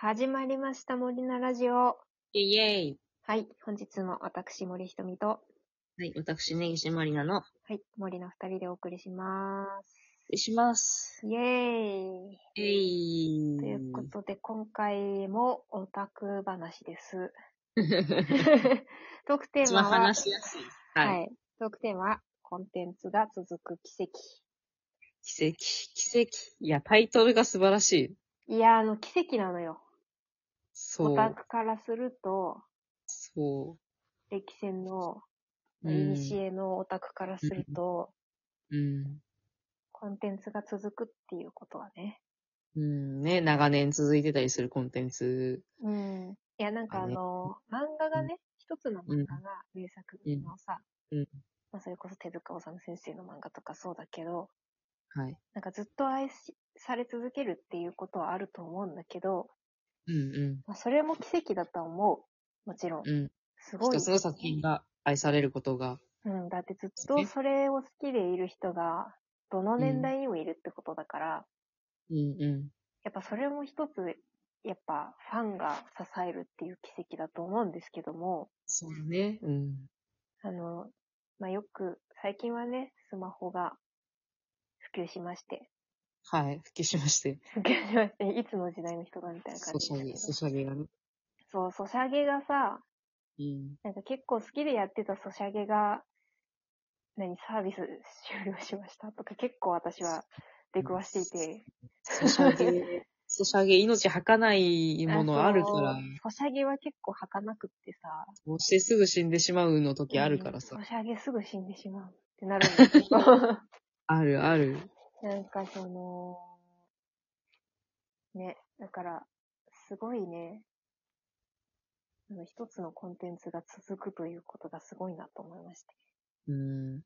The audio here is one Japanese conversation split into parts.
始まりました、森菜ラジオ。イエイイェイはい、本日も私、森ひとみと、はい、私、根岸まりなの、おはい、森の二人でお送りしま送りします。す。イエーイ。えいということで、今回もオタク話 です。トークテ一ーマ番は、話しやすい。はい。はい、トークテーマは、コンテンツが続く奇跡。奇跡、奇跡。いや、タイトルが素晴らしい。いや、あの、奇跡なのよ。そオタう。クからすると、そ歴戦の、う。いうにんしえのオタクからすると、うん。コンテンツが続くっていうことはね。うん。ね、長年続いてたりするコンテンツ。うん。いや、なんかああねの、漫画がね、一つの漫画が名作のさ、うんうんまあ、それこそ手塚治虫先生の漫画とかそうだけど、はい。なんかずっと愛しされ続けるっていうことはあると思うんだけど、うんまあ、それも奇跡だとは思う。もちろんうん。。うん。すごい一つ。の作品が愛されることが。うん。だってずっとそれを好きでいる人が、どの年代にもいるってことだから、うんうやっぱそれも一つ、やっぱファンが支えるっていう奇跡だと思うんですけども、ん。そうだね。うん。あの、まあ、よく、最近はね、スマホが普及しまして、はい。復帰しまして。普及しまして、いつの時代の人がみたいな感ソじシャでゲ、すけソど。シャゲがね。そう、ソシャゲがさ、うん。なんか結構好きでやってたソシャゲが、何、サービス終了しましたとか結構私は出くわしていて。ソシャゲ、 ソシャゲ、命吐かないものあるからそう。ソシャゲは結構儚くってさ、こうしてすぐ死んでしまうの時あるからさうん。ソシャゲすぐ死んでしまうってなるんだけど。あるある。なんかその、ね、だから、すごいね、あの一つのコンテンツが続くということがすごいなと思いまして。うん。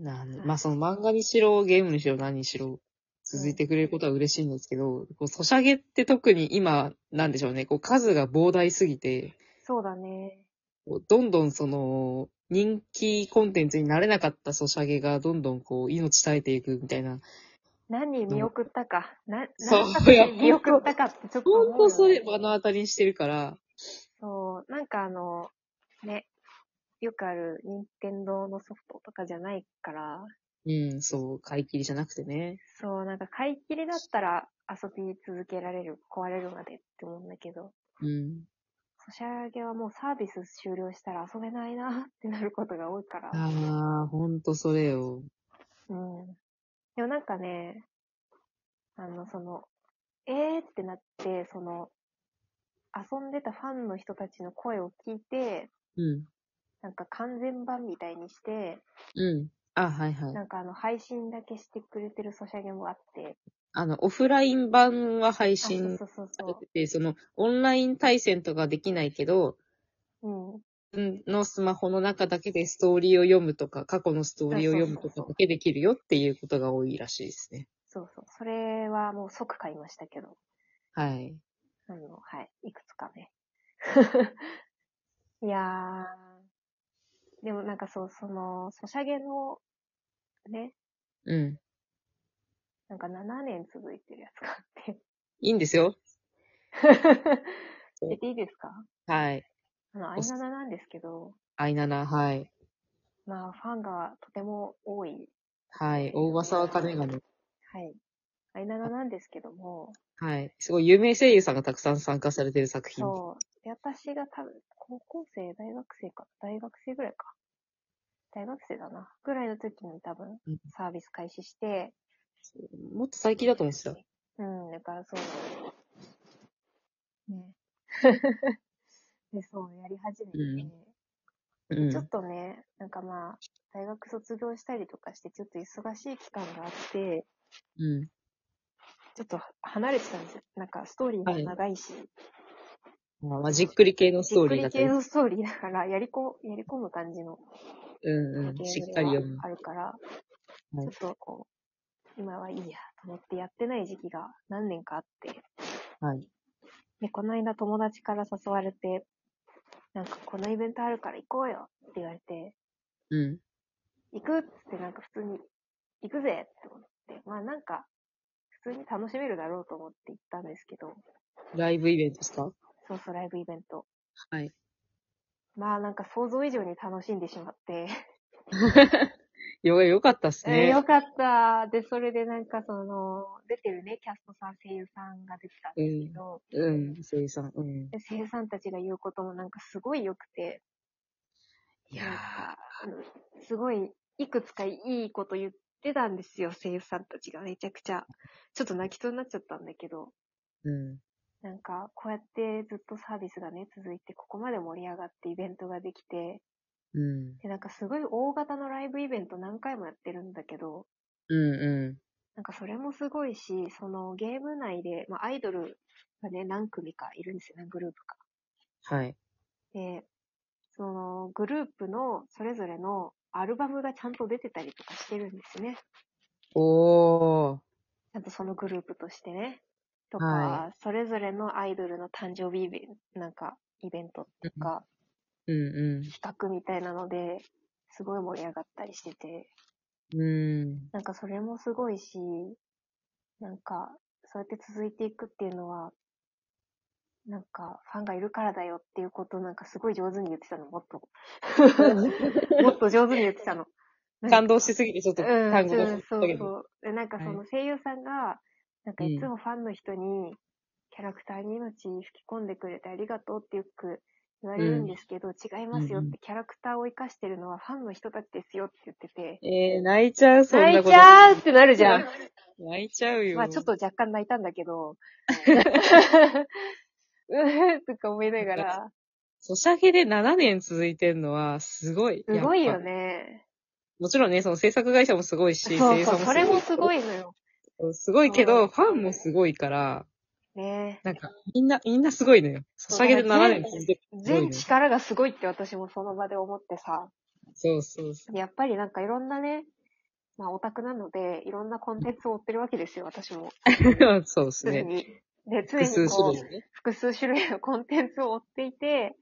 なんはいまあその漫画にしろ、ゲームにしろ、何にしろ、続いてくれることは嬉しいんですけど、こう、ソシャゲって特に今、なんでしょうね、こう、数が膨大すぎて、そうだね。こうどんどんその、人気コンテンツになれなかったソシャゲが、どんどんこう、命絶えていくみたいな。何見送ったか、な、そう何作いや品見送ったかってちょっと思うほよねんとそれ、目の当たりにしてるから、そう、なんかあの、ね、よくある任天堂のソフトとかじゃないから、うん、そう、買い切りじゃなくてね。そう、なんか買い切りだったら遊び続けられる、壊れるまでって思うんだけど、うん。ソシャゲはもうサービス終了したら遊べないなってなることが多いから。ああ、ほんとそれよ。うん。でもなんかね、あの、その、えーってなって、その、遊んでたファンの人たちの声を聞いて、うん。なんか完全版みたいにして、うん。あ、はいはい。なんかあの、配信だけしてくれてるソシャゲもあって。あの、オフライン版は配あそう信そうそうさそれてて、その、オンライン対戦とかできないけど、う。うん。うんのスマホの中だけでストーリーを読むとか、過去のストーリーを読むとそうそうそうそかうだけできるよっていうことが多いらしいですね。そうそう。それはもう即買いましたけど。はい。あの、はい、いくつかね。 いやー、でもなんかそう、その、ソシャゲの、ね、うん。なんか7年続いてるやつがあいいんですよ。って。お言っていいですかはい。あの、アイナナなんですけど、 i7、はい。まあ、ファンがとても多い、はい。大場沢金がね、はい、アイナナなんですけども、はい。すごい有名声優さんがたくさん参加されてる作品。そう、で、私が多分、高校生、大学生か、大学生ぐらいか。大学生だな。ぐらいの時に多分うん、サービス開始して、もっと最近だと思ってた。うん、だからそう ね。で、そう、やり始めて、うちょんっ。とね、なんかまあ、大学卒業したりとかして、ちょっと忙しい期間があって、うん。ちょっと離れてたんですよ。なんか、ストーリーも長いし、まあまあ、じっくり系のスじっトーくリーだりけ系ど。のストーリーだから、やりこ、やり込む感じのうんゲうん。ーしムっでかりは読む。あるから、はいちょっとこう、今はいいやと思ってやってない時期が何年かあって、はい。で、この間友達から誘われて、なんかこのイベントあるから行こうよって言われて、うん。行くっつってなんか普通に、行くぜって思って、まあなんか、普普通に楽しめるだろうと思って行ったんですけど、ライブイベントですかそうそう、ライブイベント。はい。まあなんか想像以上に楽しんでしまって。よ、よかったっすえーね。 よかった。で、それでなんかその、出てるね、キャストさん、声優さんが出てたんですけど、うん、声優さん。うん。で声優さんたちが言うこともなんかすごい良くて、いやうんすごい、いくつかいいこと言ってたんですよ、声優さんたちがめちゃくちゃ。ちょっと泣きそうになっちゃったんだけど、ー。うん。なんか、こうやってずっとサービスがね、続いて、ここまで盛り上がってイベントができて、うん。で、なんかすごい大型のライブイベント何回もやってるんだけど、うんうなんかそれもすごいし、そのゲーム内で、まあアイドルがね、何組かいるんですよ、何グループか。ん。はい。で、そのグループのそれぞれのアルバムがちゃんと出てたりとかしてるんですね。おー。ちゃんとそのグループとしてね。とか、はそれぞれのアイドルの誕生日イベント、なんかイベントとか、うん企画みたいなので、すごい盛り上がったりしてて。うん。 うん。なんかそれもすごいし、なんか、そうやって続いていくっていうのは、なんか、ファンがいるからだよっていうことをなんかすごい上手に言ってたの、もっ と。もっと上手に言ってたの。感動しすぎて、ちょっとうん、単語そがう飛そんうだけどそう。で、なんかその声優さんが、なんかいつもファンの人に、キャラクターに命吹き込んでくれてありがとうってよく言われるんですけど、違いますよっうんうて、キャラクターを生かしてるのはファンの人たちですよって言ってて、えー、泣いちゃう、そん泣ないこちと。ゃうってなるじゃん。泣いちゃうよ。まあちょっと若干泣いたんだけ ど、う ーとか思いながら、ソシャゲで7年続いてるのは、すごい。すごいやよっぱ。ね。もちろんね、その制作会社もすごいし、そう声優さそんう、それもすごい。いのよ。すごいけうんど、ファンもすごいから、ねなんか、みんな、みんなすごいのよ。ソシャゲで7年続いてる。すごい全ね。力がすごいって私もその場で思ってさ、そうそうそやっぱりなんかいろんなね、まあオタクなので、いろんなコンテンツを追ってるわけですよ、私も。う。 そうです常ね。に。で、常複数にこ種う、類ね。複数種類のコンテンツを追っていて、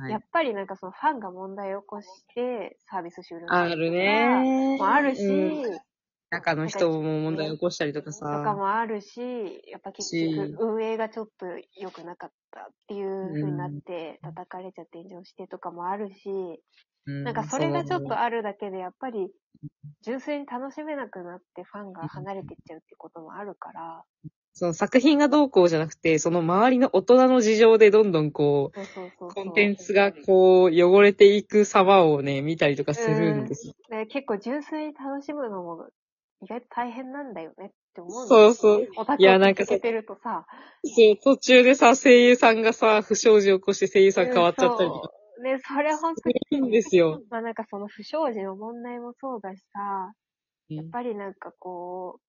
はいやっぱりなんかそのファンが問題を起こして、サービス終了になあったりとかるね。もあるし、うん中の人も問題起こしたりとかとかさ。もあるし、やっぱ結し局運営がちょっと良くなかったっていう風になっうんて、叩かれちゃって炎上してとかもあるし、うんなんかそれがちょっとそあるだけで、やっぱり純粋に楽しめなくなってファンが離れてっちゃうってこともあるから、その作品がどうこうじゃなくて、その周りの大人の事情でどんどんこそうそうそうう、そう。コンテンツがこう、汚れていく様をね、見たりとかするんですよ。ね結構純粋に楽しむのも意外と大変なんだよねって思うの。そうそう。オタいクやをなんか続けてるとさ、そう、途中でさ、声優さんがさ、不祥事を起こして声優さん変わっちゃったりとかうんそうね、それは本当に。するんですよ。まあなんかその不祥事の問題もそうだしさ、やっぱりなんかこ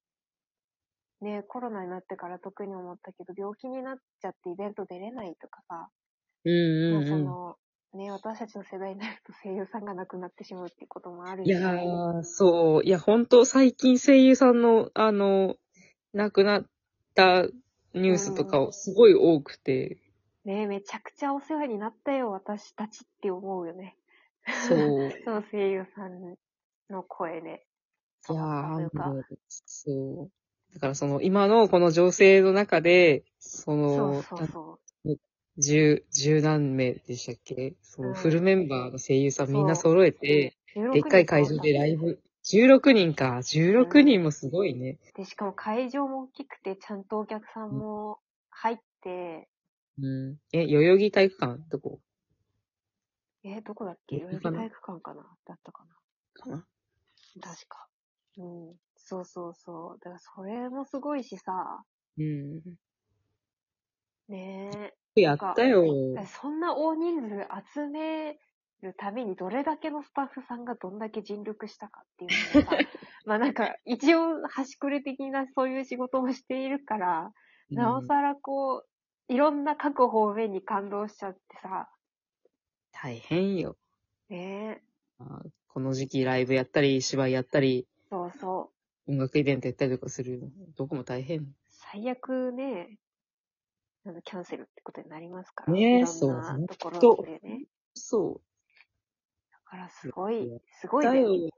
う、ね、コロナになってから特に思ったけど、病気になっちゃってイベント出れないとかさ、うんもううそんうの、ね、私たちの世代になると声優さんが亡くなってしまうっていうこともあるん。いし、やー、そう。いや、ほんと最近声優さんの、あの、亡くなったニュースとかをすごい多くて、ね、めちゃくちゃお世話になったよ、私たちって思うよね。そう。その声優さんの声で、い育やったというかー、そう。だからその、今のこの情勢の中で、そそうの、そうそう。十、十何名でしたっけその、うんフルメンバーの声優さんそうみんな揃えて、 16でっかい会場でライブ。16人か。16人もすごいね。で、しかも会場も大きくて、ちゃんとお客さんも入って、うん。え、代々木体育館どこえー、どこだっけえ代々木かな体育館かなだったかかなな確か。うん。そうそうそう。だからそれもすごいしさ、うん。ねやったよ。え。だからそんな大人数集めるためにどれだけのスタッフさんがどんだけ尽力したかっていうの がさ、まあなんか一応端くれ的なそういう仕事もしているから、なおうんさらこう、いろんな各方面に感動しちゃってさ、大変よ。ねえ。あーこの時期ライブやったり、芝居やったり、そうそう。音楽イベントやったりとかするの。どこも大変。最悪ね、あのキャンセルってことになりますから。ねえいろんなそうところでね。そう。だからすごいいや、すごいだね。よ。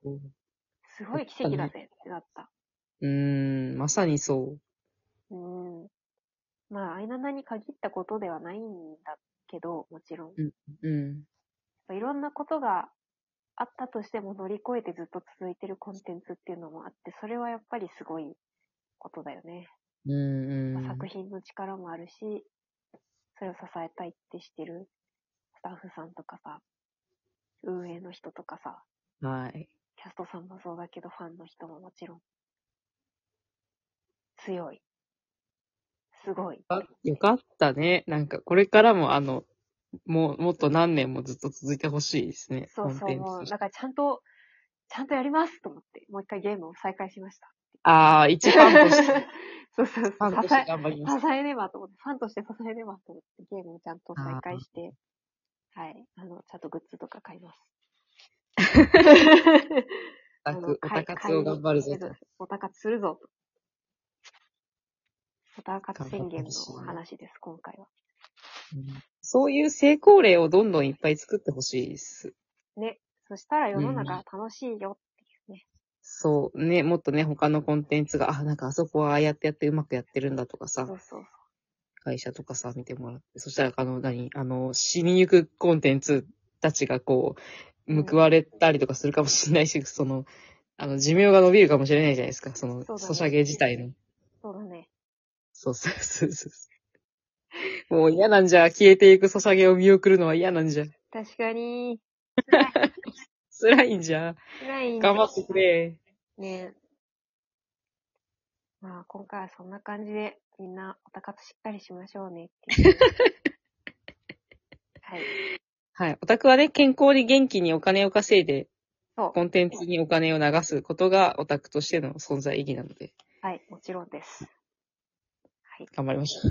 すごい奇跡だぜってなった。うーん、まさにそう。うん。まあ、アイナナに限ったことではないんだけど、もちろん。やっうん。ぱいろんなことがあったとしても乗り越えてずっと続いてるコンテンツっていうのもあって、それはやっぱりすごいことだよね。うん、まうあん。作品の力もあるし、それを支えたいってしてるスタッフさんとかさ、運営の人とかさ、はい。キャストさんもそうだけど、ファンの人ももちろん。強い。すごい。あよかったね。なんか、これからも、あの、もう、もっと何年もずっと続いてほしいですね。そうそコンテう、ンツもとう、してだからちゃんと、ちゃんとやりますと思って、もう一回ゲームを再開しました。ああ、一ファ ンとして、そうそうそうフ。ァンと支してえ、頑張ります。支えねばと思って、ファンとして支えねばと思って、ゲームをちゃんと再開して、はい、あの、ちゃんとグッズとか買い ます。オタク、オタ活を頑張るぞと。。おたかつするぞと。おたかつ宣言頑張ってのほしいね話です、今回は。うん そういう成功例をどんどんいっぱい作ってほしいです。ね。そしたら世のう中楽しいよっていうね。そうね、もっとね、他のコンテンツが、あ、なんかあそこはああやってやってうまくやってるんだとかさそ、うそう会社とかさ、見てもらって、そしたら、あの、何あの、死にゆくコンテンツたちがこうんう、報われたりとかするかもしれないし、その、あの、寿命が伸びるかもしれないじゃないですか、その、そうだねソシャゲ自体の。そう。そうだね。そうそうそうそう。もう嫌なんじゃ、消えていくソシャゲを見送るのは嫌なんじゃ、確かに。辛いんじゃ、辛いんだ頑張ってくれ。ね。まあ、今回はそんな感じで、みんなおたかつしっかりしましょうねって いう。はい。はい。オタクはね、健康に元気にお金を稼いで、そう。コンテンツにお金を流すことがオタクとしての存在意義なので、はい、もちろんです。はい。頑張りましょう。